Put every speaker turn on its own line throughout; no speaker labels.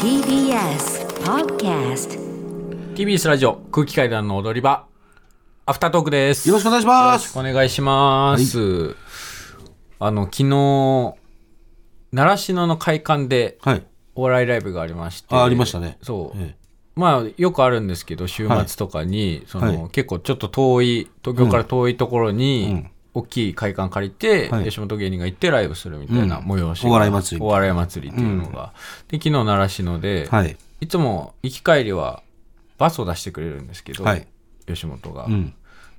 TBS Podcast
TBS ラジオ空気階段の踊り場アフタートークです
よろしくお願いします。
お願いします、あの昨日習志野の会館で
はい。
お笑いライブがありまして
あありましたね
そう、
え
まあよくあるんですけど週末とかに、その
はい
結構ちょっと遠い東京から遠いところに、
うん
大きい会館借りて、
はい
吉本芸人が行ってライブするみたいな
うん
催しが、
お笑い祭り
お笑い祭りっていうのが、で昨日習志野で、
はい。
いつも行き帰りはバスを出してくれるんですけど、
はい
吉本が、
うん。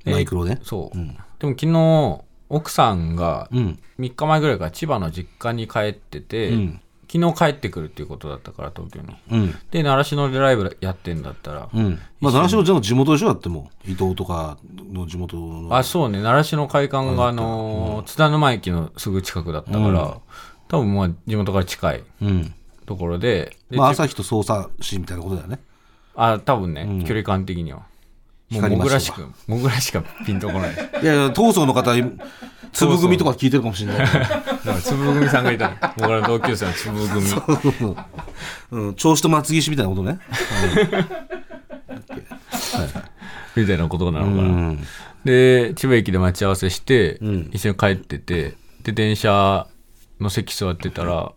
えー
マイクロね。
そう、
うん
でも昨日奥さんが
うん。
3日前ぐらいから千葉の実家に帰ってて、
うん
昨日帰ってくるっていうことだったから東京に
うん。
で習志野でライブやってんだったら、
うん。まあ、習志野の地元でしょだってもう。伊藤とかの地元の。
あそうね習志野会館があのー津田沼駅のすぐ近くだったから、
うん
多分まあ地元から近い
うん。
ところでで
まあ、
じ
朝日と捜査士みたいなことだよね。
あ多分ね、
ん
距離感的にはもう
光
も
りま
ぐら
し
したくもぐらしかピンとこない
いやいや、闘争の方、粒組とか聞いてるかもしれ ない。
だから粒組さんがいたの僕らの同級生の粒組
うん。調子と松岸みたいなことね。
みたいなことなの
う
かな、
ん。
で千葉駅で待ち合わせして、
うん
一緒に帰っててで電車の席座ってたら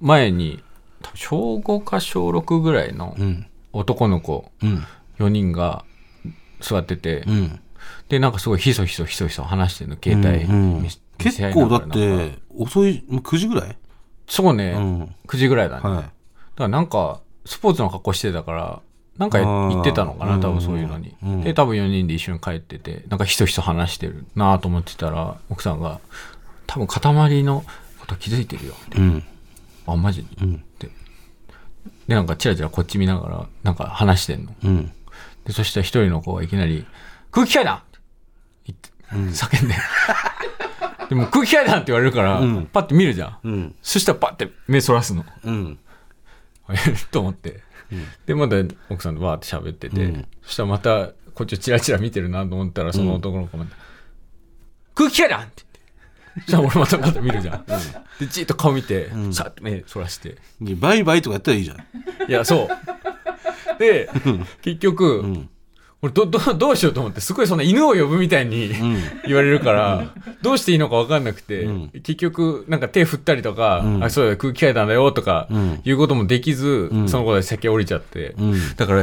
前に多分小5か小6ぐらいの
うん。
男の子
うん。
4人が座ってて、
うん。
でなんかすごいひそひそひそひそ話してるの携帯
うん
見せ見せ合
結
いな
構
がら
だっ
なんか
て、遅い、もう9時ぐらい
そうね、
うん
9時ぐらいだね、
は
だからなんかスポーツの格好してたからなんか行ってたのか
あ
な
ー
多分そういうのに、
うん
で多分4人で一緒に帰っててなんかひそひそ話してるなぁと思ってたら奥さんが「多分塊のこと気づいてるよ」って
い。うん。
「あマジに」
うん
ってでなんかチラチラこっち見ながらなんか話してんの
うん。
でそしたら一人の子がいきなり「空気階段!」って言って叫んで、でも空気階段って言われるから、
うん
パッて見るじゃん、
うん。
そしたらパッて目そらすの
うん。
えっ と思って、でまた奥さんとわーって喋ってて、
うん
そしたらまたこっちをチラチラ見てるなと思ったらその男の子まで「空気階段!」って言ってじゃあ俺またまた見るじゃん、でじっと顔見て、さーって目そらして
バイバイとかやったらいいじゃん。
いやそうで結局、
ん
俺どどどうしようと思ってすごいそんな犬を呼ぶみたいに、言われるからどうしていいのか分かんなくて、
ん
結局なんか手振ったりとか、
ん
あそうだよ空気階段だよとか
うん
いうこともできず、
ん
その子で先降りちゃって、
うん
だから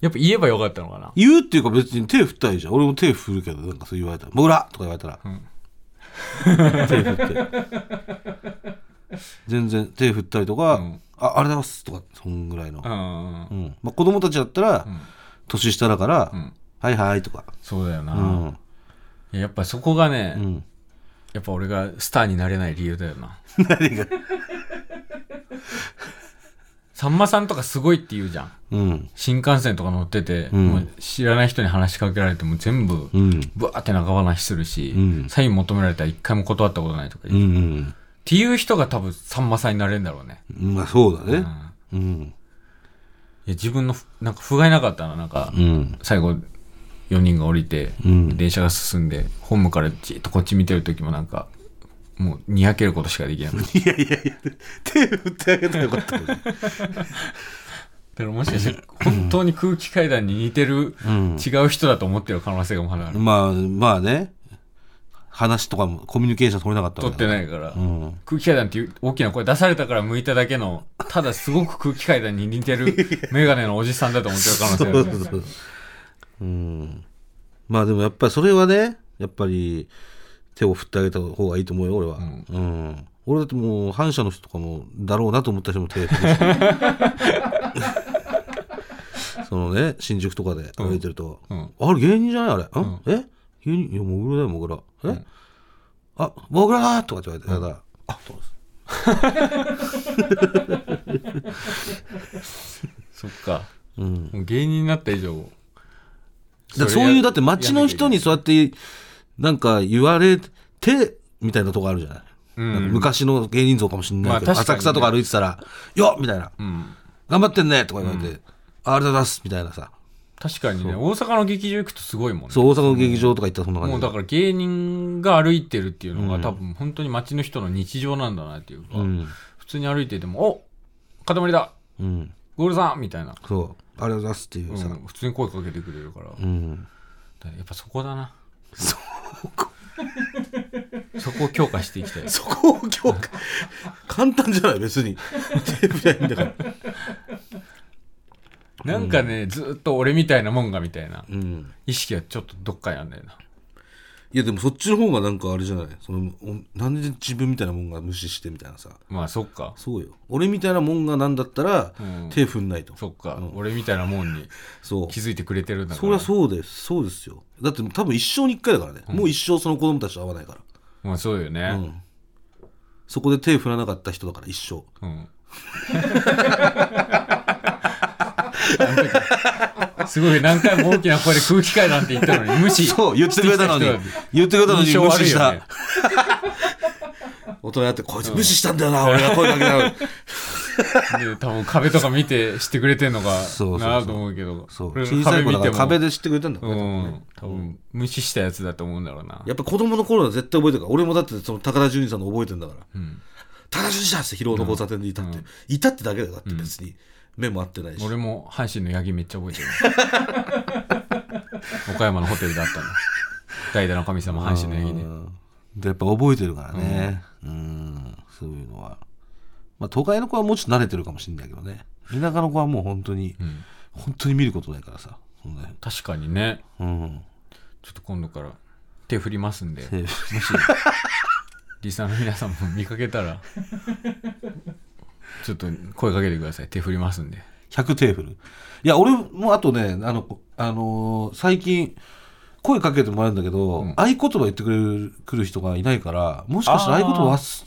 やっぱ言えばよかったのかな
言うっていうか別に手振ったらいいじゃん。俺も手振るけど、なんかそう言われたら、僕らとか言われたら。手振って。全然手振ったりとか、
うん
あ、ありがとうございますとか、そんぐらいの。
あ
う
ー
んまあ、子供たちだったら、年下だから、
ん
はいはいとか。
そうだよな、
うん。
いややっぱそこがね、
うん。
やっぱ俺がスターになれない理由だよな
何が。
さんまさんとかすごいって言うじゃん
うん。
新幹線とか乗ってて、
ん
もう知らない人に話しかけられても全部
うん。
ブワーって仲話するし、
うん
サイン求められたら一回も断ったことないとか言う
うん。
っていう人が多分さんまさんになれるんだろうね。
うん。まあそうだ
うん、い
ね。
や
うん。
自分のふなんか不甲斐なかったななんか
うん。
最後4人が降りて、
うん
電車が進んでホームからじっとこっち見てる時もなんかもうにやけることしかできない。だ
いやいやいや、手振ってあげたらよかったの
か
に。
らもしかして本当に空気階段に似てる、
うん
違う人だと思ってる可能性がまだある。
まあまあね話とかもコミュニケーション取れなかった
取って
い、
ないから、
うん、
空気階段っていう大きな声出されたから向いただけのただすごく空気階段に似てるメガネのおじさんだと思ってる可能性
そう
があ
そう
る。
そう、うん、まあでもやっぱりそれはねやっぱり手を振ってあげた方がいいと思うよ俺は、うん俺だってもう反社の人とかもだろうなと思った人も手振 ってそのね新宿とかで歩いてると、
うん
あれ芸人じゃないあれ、んえ芸人いやモグラだよモグラえ、あモグラだとかって言われて、やだあそうです
そっか。
うん
もう芸人になった以上
だからそういう、だって街の人にそうやって、なんか言われて、みたいなとこあるじゃない。
うん
なんか昔の芸人像かもしれないけ
ま
ど、
あ確かにね
浅草とか歩いてたら、よっみたいな、
うん、
頑張ってんねとか言われて、あありがとうございますみたいなさ。
確かにね大阪の劇場行くとすごいもんね
そう、大阪の劇場とか行ったらそんな感じ。
もうだから芸人が歩いてるっていうのが、多分本当に街の人の日常なんだなっていうか、
うん
普通に歩いてても、お塊だ
うん。
ゴールさんみたいな、
そう。ありがとうございますっていう
う
さ。
ん、普通に声かけてくれるから、
うん。
だからやっぱそこだな。 そこ。そこを強化していきたい。
そこを強化。簡単じゃない、別に。テープじゃないんだから。
なんかね、ずっと俺みたいなもんがみたいな
うん。
意識はちょっとどっかにあんだよな。
いや、でもそっちの方がなんかあれじゃない。その、おなんで自分みたいなもんが無視してみたいなさ。
まあそっか。
そうよ。俺みたいなもんがなんだったら、
うん
手踏んないと。
そっか、
うん
俺みたいなもんに
そう。
気づいてくれてるんだから。
そりゃそうです。そうですよ。だって多分一生に一回だからね。もう一生その子供たちと会わないから。
まあそうよ
う
ね。
ん、そこで手振らなかった人だから一生
うん。 あの時すごい何回も大きな声で空気階段って言ったのに無視
そう言ってくれたのに
してき人
言ってくれたのに
印象
無
悪
視
い
し
よ
た、
ね。
大人になってこいつ無視したんだよな、俺が声かけた のに
で多分壁とか見てしてくれてんのか
そうそうそう
なあと思うけど
そう
これ
小さい子だから壁
見て
で知ってくれたんだから、
も
多分
うん多分無視したやつだと思うんだろうな
やっぱ子供の頃は絶対覚えてるから俺もだってその高田純次さんの覚えてんだから、
ん
高田純次さんって広尾の交差点でいたって、いたってだけだよだって別に目も合ってないし、
俺も阪神の八木めっちゃ覚えてる 岡山のホテルであったの代打の神様阪神の八木ね
うんでやっぱ覚えてるからねうんそういうのはまあ都会の子はもうちょっと慣れてるかもしれないけどね田舎の子はもう本当に、本当に見ることないからさそんな
確かにね
うん
ちょっと今度から手振ります んで
手
もしリスナーの皆さんも見かけたらちょっと声かけてください手振りますんで
100テーブル。いや、俺もあとね、あの、こあのー最近、声かけてもらうんだけど、合言葉言ってくれるくる人がいないから、もしかしたら合
あー
言葉はす、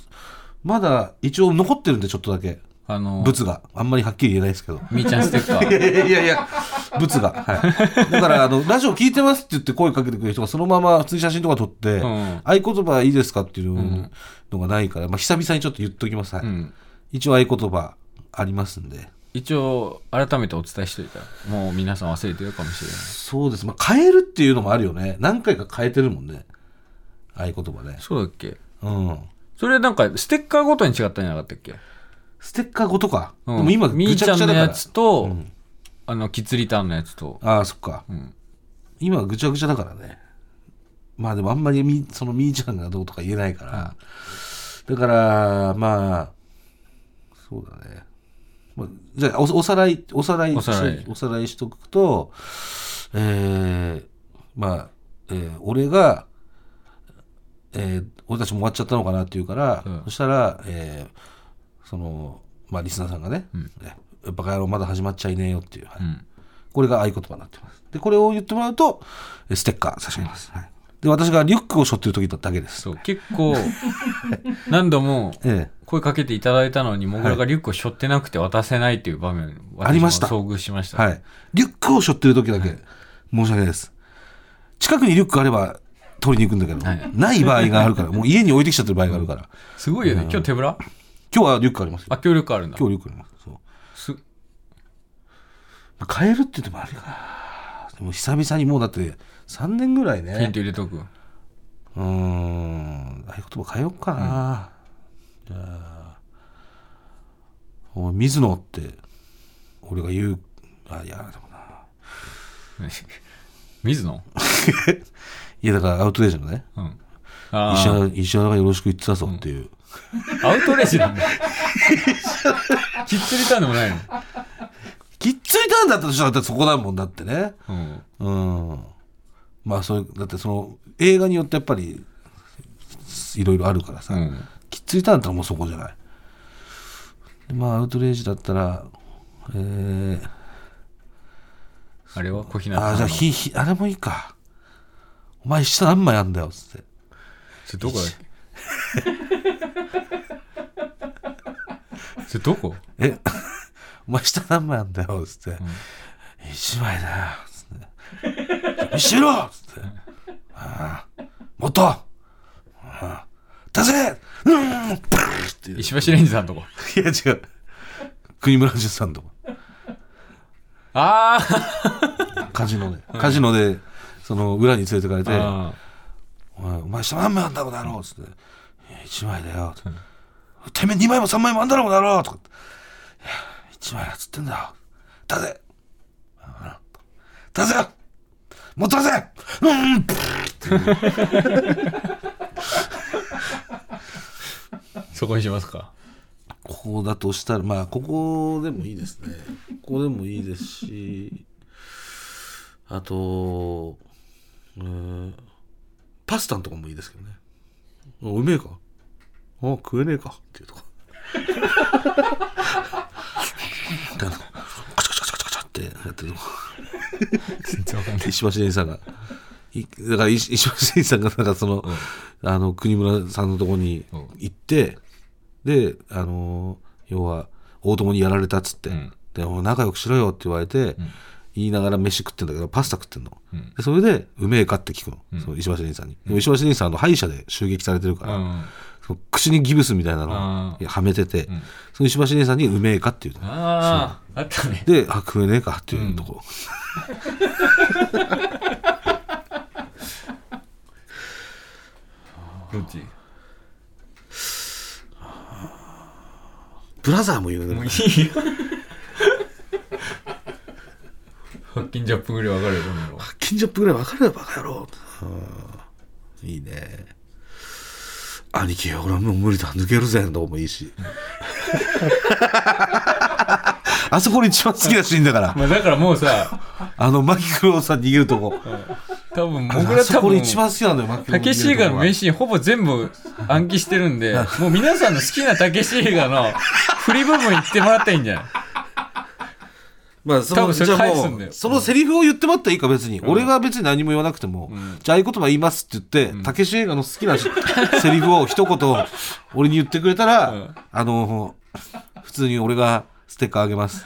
まだ一応残ってるんで、ちょっとだけ。
あの
ブツが。あんまりはっきり言えないですけど。
みーちゃんステッカ
い
ー
やいやいやいや、ブツが。はい。だから、あの、ラジオ聞いてますって言って声かけてくれる人がそのまま普通に写真とか撮って、
ん
合言葉いいですかっていうのがないから、まあ、久々にちょっと言っときます。はい。
うん
一応合言葉ありますんで。
一応改めてお伝えしといたらもう皆さん忘れてるかもしれない
そうです。まあ、変えるっていうのもあるよね。何回か変えてるもんね。合言葉ね。
そうだっけ
うん。
それなんかステッカーごとに違ったんじゃなかったっけ、
ステッカーごとか。
うん、
でも今、
みー
ぐち
ち
ゃ
ゃん
ぐちゃ
の
だ
や
から。
つと、あのキッズリターンのやつと
ああ、そっか。
ん
今、ぐちゃぐちゃだからね。まあでもあんまりみ、そのみーちゃんがどうとか言えないから。だから、まあ、そうだね。まあ、じゃあお、おさらい、おさらいし、
おさらい
おさらいしとくと、えー、まあ、えー俺が、えー俺たちも終わっちゃったのかなって言うから、
うん
そしたら、えーその、まあ、リスナーさんがね、ねバカ野郎まだ始まっちゃいねえよっていう、はい
ん
これが合言葉になってます。で、これを言ってもらうと、えーステッカー差し上げます。はいで、私がリュックを背負ってる時だけです。
そう結構 何度も
え
声かけていただいたのにもぐらがリュックを背負ってなくて渡せないという場面私も
ありました
遭遇しまし
え
た、
はい。リュックを背負ってる時だけ、申し訳ないです。近くにリュックあれば取りに行くんだけど、
はい
ない場合があるから、もう家に置いてきちゃってる場合があるから、
すごいよね今日手ぶら
今日はリュックありますよ。
あ協力あるんだ
今日リュックあります。そう。
す
まあ変えるって言ってもあれかな。でも久々にもうだって3年ぐらい
ヒン
ね
ト。入れとく
うーん。合言葉変えようかな。じゃあ、おい水野って、俺が言う、あ、いや、でもな。
水野
いや、だからアウトレイジのね、
うん
石
あ
原石原がよろしく言ってたぞっていう。
あアウトレジなんだ キッズリターンでもないの、
きっついたんだったとしたら、だってそこだもんだってね。
うん、
うん。まあ、そういう、だってその、映画によってやっぱり、いろいろあるからさ。
うん
きっついたんだったらもうそこじゃない。でまあ、アウトレイジだったら、えー、
あれは小日向さんの
あ、じゃあ、ひ、ひ、あれもいいか。お前、下何枚あんだよ、つって。
それどこ だっけそれどこ
え お前下何枚あんだよっつって「一、枚だよ」っつって「見しろ!」っつって「ああもっとああ出せうん!」プルーって
石橋蓮司さんのとこ。
いや違う国村淳さんとか
あー
カジノでカジノでその裏に連れてかれて「
あ
おいお前下何枚あんだこの野郎」っつって「一枚だよ」っつっててめえ2枚も3枚もあんだろうなろうとかっていや1枚だっつってんだよ出せあ出せよもっと出せうんプ
そこにしますか
ここだとしたらまあここでもいいですねここでもいいですしあと、えーパスタのとこもいいですけどねあうめえかあ食えねえかっていうとこであのカチャカチャカチャカチャカチャってやってるとこ
全然わかんない
石橋蓮さんが。いだから石石橋蓮さんがなんかその、あの国村さんのとこに
うん
行って、であの要は大友にやられたっつって、
ん
でお前仲良くしろよって言われて、言いながら飯食ってんだけどパスタ食ってんの、
うん
でそれでうめえかって聞くの,、その石橋蓮さんに、でも石橋蓮さんあの歯医者で襲撃されてるから、
うん
その口にギブスみたいなの
あ
をはめてて、その石橋蓮さんにうめえかって言うの
あああったね
で、あ、食えねえかっていうとこ。
どっち
ブラザーも言う
もう
ね
い。いよ発見ジャップぐらいわかるよこんなの
近所プぐらい分かればバカ野郎。うんいいね。兄貴、俺はもう無理だ。抜けるぜ。どうもいい し。あそこに一番好きなシーンだから。
まあだからもうさ
あの、牧九郎さん逃げるとこ。
多分僕
あ
ら
そ
多
こ
分
に一番好きなんだよ、牧九
た
郎逃げ
け
る
し映
とこ
画の名シーンほぼ全部暗記してるんで、もう皆さんの好きなたけし映画の振り部分言ってもらったらいいんじゃない
まあ、そ
多
の、
分それ
じゃあ
返す
も
んだ
う、
よ
そのセリフを言ってもらったらいいか、別に。俺が別に何も言わなくても、じゃあ合言葉言いますって言って、たけし映画の好きなしセリフを一言、俺に言ってくれたら、
ん
あの、普通に俺がステッカーあげます。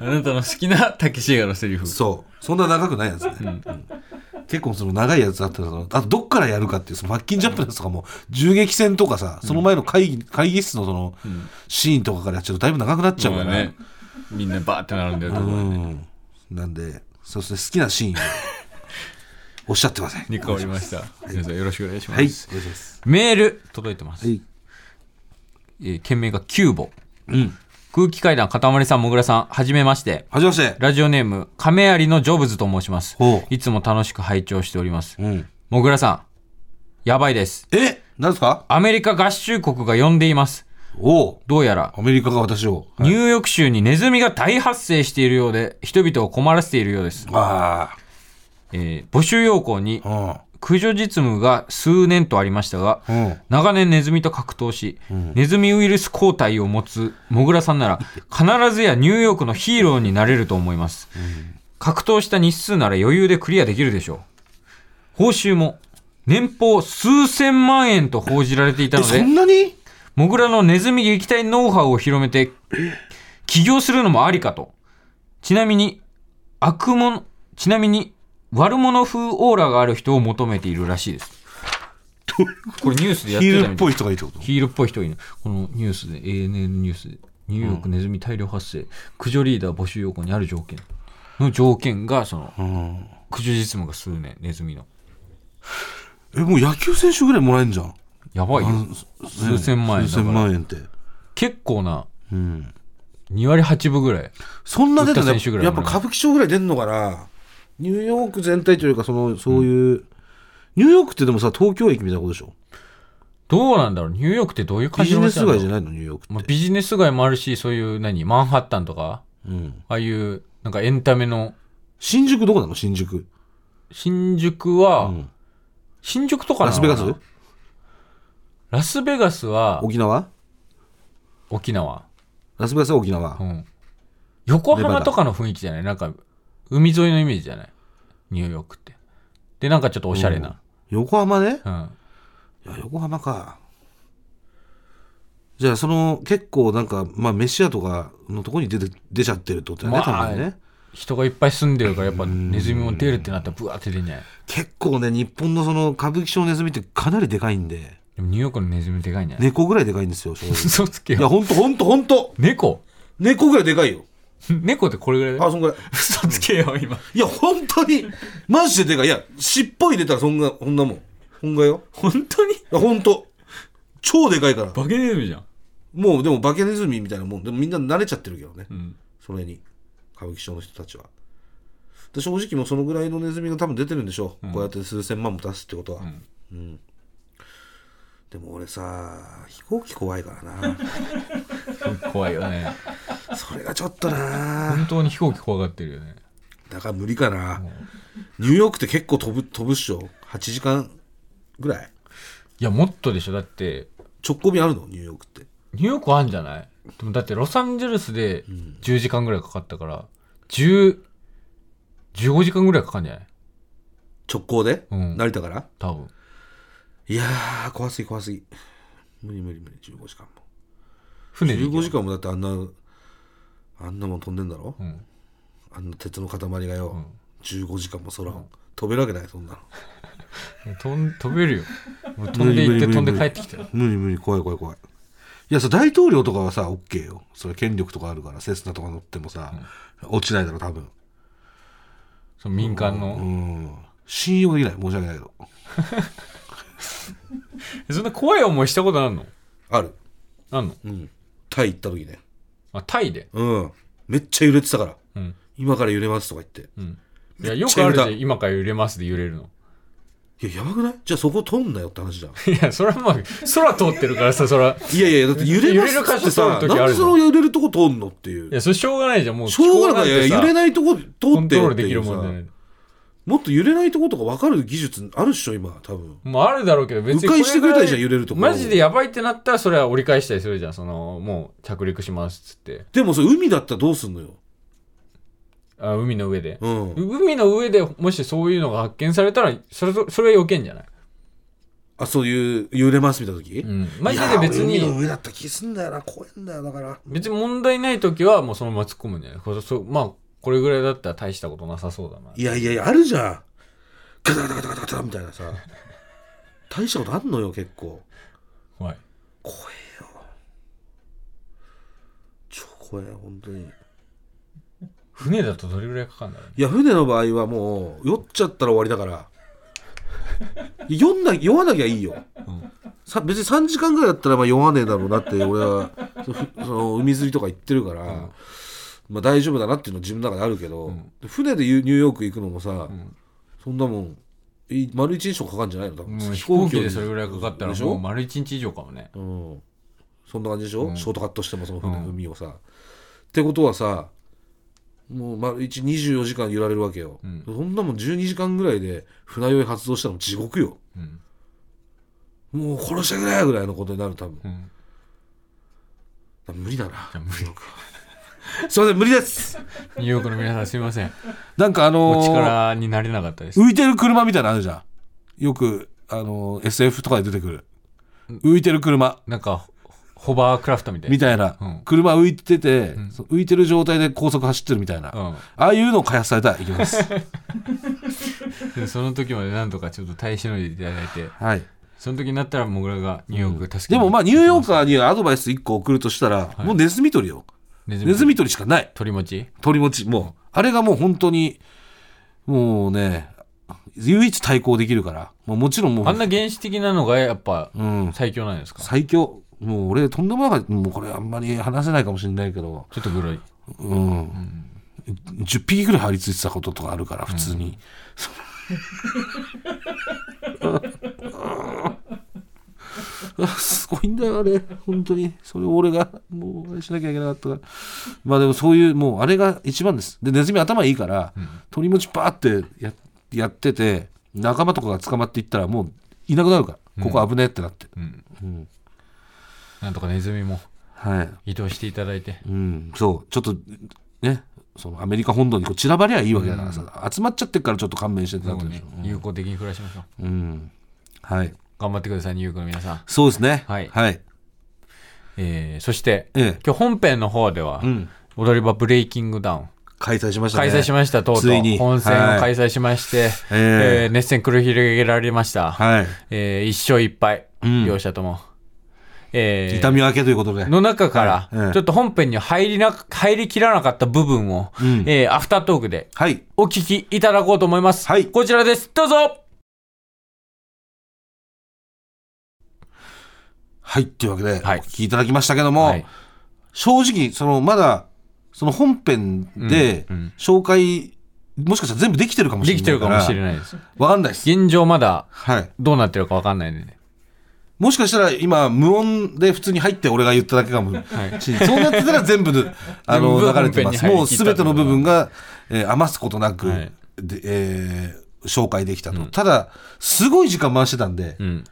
あなたの好きなたけし映画のセリフ。
そう。そんな長くないやつね。うん結構その長いやつだったらその、あとどっからやるかっていう、そのマッキンジャップのやつとかも、銃撃戦とかさ、その前の会議、会議室のその、シーンとかからやっちゃうとだいぶ長くなっちゃう
ま
か
あ
ら
ね。みんなバーって並んでるところ
うん。なんで、そして好きなシ ーンをおっしゃってください。
に変わりました。皆さんよろしくお願いします。
はい。お願いします。
メール届いてます。
はい。
えー件名がキューボ。
うん。
空気階段、かたまりさん、もぐらさん、はじめまして。
はじめまして。
ラジオネーム、亀有のジョブズと申します
ほ。う
いつも楽しく拝聴しております。
うん。
もぐらさん、やばいです。
え何ですか
アメリカ合衆国が呼んでいます。
おお
どうやら
アメリカが私を。
ニューヨーク州にネズミが大発生しているようで、人々を困らせているようです。
あ
えー募集要項に、
あ。
駆除実務が数年とありましたが、
うん。うん。
長年ネズミと格闘し、ネズミウイルス抗体を持つモグラさんなら、必ずやニューヨークのヒーローになれると思います。格闘した日数なら余裕でクリアできるでしょう。報酬も、年俸数千万円と報じられていた
え、
の
そ
で
ん、なに
モグラのネズミ撃退ノウハウを広めて、起業するのもありかと。ちなみに、悪者、ちなみに、悪者風オーラがある人を求めているらしいです。これニュースで
ヒ
やってたみた
ール
い
っぽい人がいいってこと
ヒールっぽい人がいる。このニュースで、ANN ニュースで、ニューヨークネズミ大量発生、駆除リーダー募集要項にある条件の条件が、その、
うん。
駆除実務が数年、ネズミの。
え、もう野球選手ぐらいもらえんじゃん。
やばいよ。数千万円だ
数
から
千万円って。
結構な、
うん。
2割8分ぐらい。
そんな出た
打った
ね
選手ぐらい
やっぱ
もらえる
歌舞伎町ぐらい出んのかなニューヨーク全体というか、その、そういう、ニューヨークってでもさ、東京駅みたいなことでしょ
どうなんだろうニューヨークってどういう
ビ
感じ
ジ
の
ネ
街な
ス
んだろう
街じゃないの、ニューヨーク
ま
っ
あ、
て。
ビジネス街もあるし、そういう何、マンハッタンとか、
うん。
ああいう、なんかエンタメの、
新宿どこなの新宿。
新宿は、
うん
新宿とか
ラ
な
ス
の
ベ
かな
ガス
ラスベガスは
沖縄
沖縄。
ラスベガスは沖縄
う。ん。横
ネバ
浜
ダ
とかの雰囲気じゃないなんか、海沿いのイメージじゃないニューヨークって。で、なんかちょっとおしゃれな。
横浜ね
うん。
いや、横浜か。じゃあ、その、結構なんか、まあ、飯屋とかのとこに出て、出ちゃってるってことだよね、
まあ
多分ね。
人がいっぱい住んでるから、やっぱネズミも出るってなったら、ブワーって出んじゃない
結構ね、日本のその、歌舞伎町ネズミってかなりでかいんで、
でもニューヨークのネズミでかいんじゃない、
猫ぐらいでかいんですよ、正直
嘘つけ
いや、
よ。
ほんとほんとほんと
猫
猫ぐらいでかいよ。
猫ってこれぐらいだ
あ、
よ
そんぐらい。
嘘つけよ、今。
いや、ほんとに、マジででかい。いや、尻尾入れたらそんな、こんなもん。ほんがよ。
本当に
いや、ほんと。超でかいから。
バケネズミじゃん。
もうでも化けネズミみたいなもんでもみんな慣れちゃってるけどね、
うん
それに歌舞伎町の人たちはで正直もうそのぐらいのネズミが多分出てるんでしょう、こうやって数千万も出すってことは、うんでも俺さ飛行機怖いからな
怖いよね
それがちょっとな
本当に飛行機怖がってるよね
だから無理かな、ニューヨークって結構飛ぶ飛ぶっしょ8時間ぐらい
いやもっとでしょだって
直行便あるのニューヨークって
ニューヨークはあんじゃないでもだってロサンゼルスで10時間ぐらいかかったから、10 15時間ぐらいかかんじゃない
直行で、
うん
成田から
多分
いやー怖すぎ怖すぎ無理無理無理15時間も
船で行けば
15時間もだってあんなあんなもん飛んでんだろ、
ん
あんな鉄の塊がよ、15時間も空を、飛べるわけないそんなの
飛ん飛べるよもう飛んで行って飛んで帰ってきたよ
無理無理怖い怖い怖いいやさ大統領とかはさ OK よそれ権力とかあるからセスナとか乗ってもさ、落ちないだろ多分
その民間の、
うん信用できない申し訳ないけど
えそんな怖い思いしたことあるの
ある
あんの
うんタイ行った時ね
あタイで
うんめっちゃ揺れてたから
うん
今から揺れますとか言って
うんい
め
や
っ
よ
ち
くあ
ゃ揺
る
れ
じ
た
ゃん今から揺れますで揺れるの
いややばくないじゃあそこ飛んなよって話じゃん
いやそれはまあ空通ってるからさそれはい
やいや、だって揺れます
揺れる箇所
ってさ、
通る時ある
なんで
じゃん
その揺れるとこ通んのってい。
いうやそれしょうがないじゃんもう
しょうがない。いや揺れ
ない
ないとこ通
コ
っ
ン
て
トロ
よ
ール
って
でき
い
る
う
もんじゃな
さ
い。
もっと揺れないとことか分かる技術あるっしょ、今、多分。
まああるだろうけど別に
迂回してくれたりじゃん
こ
揺れるとこ
マジでやばいってなったらそれは折り返したりするじゃんそのもう着陸しますっつって
でもさ、海だったらどうすんのよ。
あ海の上で、
うん。
海の上でもしそういうのが発見されたらそれそれは避けんじゃない、
あ、そういう、揺れますみたいな時
うん、マジで別
いや海の
に
上だったら気すんだよな、怖いんだよ、だから。
別に問題ない時はもうそのまま突っ込むんじゃないこれそうまあこれぐらいだったら大したことなさそうだない
やいやいや、あるじゃん。ガタガタガタガタガタみたい なさ。大したことあんのよ、結構。
怖い
怖えよ超怖え本当に
船だとどれぐらいかかるんだろうね
いや船の場合はもう酔っちゃったら終わりだから酔んな酔わなきゃいいよ、さ別に3時間ぐらいだったらまあ酔わねえだろうなって俺はそふその海釣りとか行ってるから、まあ、大丈夫だなっていうのは自分の中であるけど、船でゆニューヨーク行くのもさ、そんなもんい丸1日とかかかるんじゃないの多分
もう飛行機
よ
で
り
それぐらいかかったら
でし
も
ょ
う丸一日以上かもね
うん、そんな感じでしょ、ショートカットしてもその
うん
船海をさ、ってことはさもう丸一24時間揺られるわけよ、
ん
そんなもん12時間ぐらいで船酔い発動したの地獄よ
うん、
もう殺してくれぐらいのことになる多分、
うん、
だから無理だな
じゃあ無理
すいません無理です
ニューヨークの皆さんすいませ ん
なんかあ
お
のー
力になれなかったです
浮いてる車みたいなのあるじゃんよくあのー SF とかで出てくる浮いてる車
なんかホバークラフトみたいな
みたいな、
うん
車浮いてて、そう浮いてる状態で高速走ってるみたいな、
うん
ああいうのを開発されたらいき ます
でその時までなんとかちょっと耐え忍いでいただいて
はい
その時になったらモグラがニューヨーク助けに行
でも
く
まあニューヨーカーにアドバイス1個送るとしたら、もうネズミ捕りよ
ネズミ
ネズミ捕りしかない
鳥持ち
鳥持ちもうあれがもう本当にもうね唯一対抗できるからもうもちろんもう
あんな原始的なのがやっぱ
うん、
最強なんですか
最強もう俺とんでもなかったもうこれあんまり話せないかもしれないけど
ちょっとグロい
うん、10匹ぐらい張り付いてたこととかあるから普通に、 そのすごいんだよあれ本当にそれを俺がもうあれしなきゃいけなかったからまあでもそういうもうあれが一番ですでネズミ頭いいから、鳥持ちバーってややってて仲間とかが捕まっていったらもういなくなるからここ危ねえってなって、
うん
うん
なんとかネズミも
はい
移動していただいて
うん、そう、ちょっと、ね、そのアメリカ本土にこう散らばりゃいいわけだからさ、集まっちゃってっからちょっと勘弁してってな
最後
ってるでし
に
ょ。
有効的に暮らしましょう
うん。はい。
頑張ってくださいニューヨークの皆さん
そうですね。
はい
はい。
えーそして
ええ
今日本編の方では
うん。
踊り場ブレイキングダウン
開催しましたね。
開催しましたとうと
ついうに
本戦
は
を
い
開催しまして
え
え
え
ー熱戦繰り広げられました
はい。
えー一勝一敗、
ん
両者とも。えー
痛み分けということで。
の中から、
はいええ
ちょっと本編に入りな、入りきらなかった部分を、
ん
えーアフタートークで
はい。
お聞きいただこうと思います。
はい
こちらです。どうぞ
はいっていうわけで、
はい
お聞きいただきましたけども、
はい
正直そのまだその本編で
うんうん
紹介、もしかしたら全部できてるかもしれ
で
ない
きてるかもしれ
い
ないです。
わかんないです
現状まだ
はい
どうなってるかわかんないんでね。
もしかしたら今無音で普通に入って俺が言っただけかも、
い
しそうなってたら全部 あの
全部
流れて
本編
ます
に入り
もう全ての部分が、えー余すことなく、
はい
でえー紹介できたと、ただすごい時間回してたんで、
うん。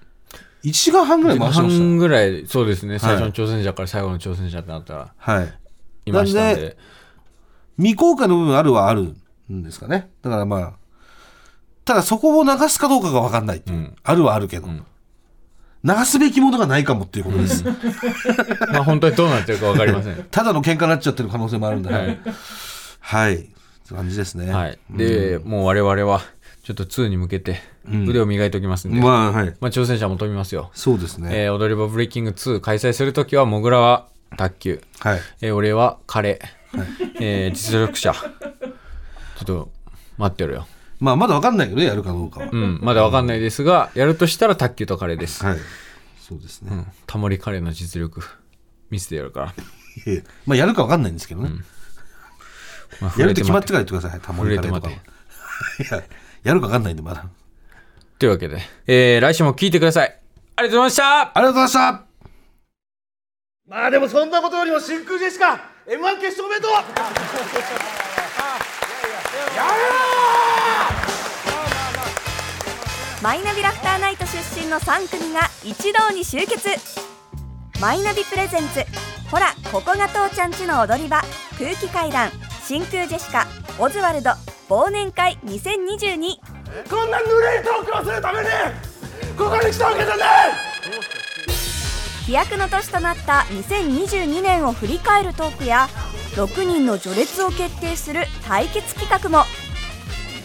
1時間半ぐらい回してまし
半ぐらい、そうですね。最初の挑戦者から最後の挑戦者ってなったら、
たはい
いましたん
なん
で。
未公開の部分あるはあるんですかねだからまあただそこを流すかどうかが分かんないっていう、
うん
あるはあるけど、
ん
流すべきものがないかもっていうことです、
まあ本当にどうなってるかわかりま せん。
ただの喧嘩になっちゃってる可能性もあるんだね
は
はい
い、
はい、感じですね
はい。で、もう我々は、ちょっと2に向けて、腕を磨いておきますんで、まあ、
まあはい
挑戦者も飛びますよ。
そうですね、
えー踊り場ブレイキング2開催するときは、モグラは卓球、
はい
えー俺はカレー、えー実力者。ちょっと、待ってろよ。
まあまだ分かんないけどねやるかどうかは、
うん、まだわかんないですが、やるとしたら卓球とカレーです。
はいそうですね、
タモリカレーの実力、見せてやるから。
いやまあやるか分かんないんですけどね、
まあ
やるって決まっ
く
てから言ってくださいタモリカレーとかは
触
いややるか分かんないんでまだ
というわけで、えー来週も聞いてください。ありがとうございました
ありがとうございました
まあでもそんなことよりも真空ジェシカ M1 決勝おめでとう
マイナビラフターナイト出身の3組が一堂に集結マイナビプレゼンツほらここが父ちゃんちの踊り場空気階段真空ジェシカオズワルド忘年会2022
こんなぬるいトークをするためにここに来たわけじゃない
飛躍の年となった2022年を振り返るトークや6人の序列を決定する対決企画も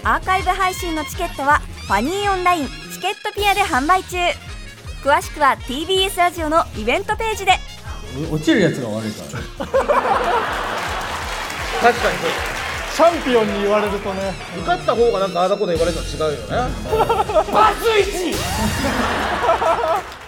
アーカイブ配信のチケットはファニーオンラインチケットピアで販売中詳しくは TBS ラジオのイベントページで
確かにチャンピオンに言われるとね受かった方がなんかあだこで言われるのは違うよねバツイチ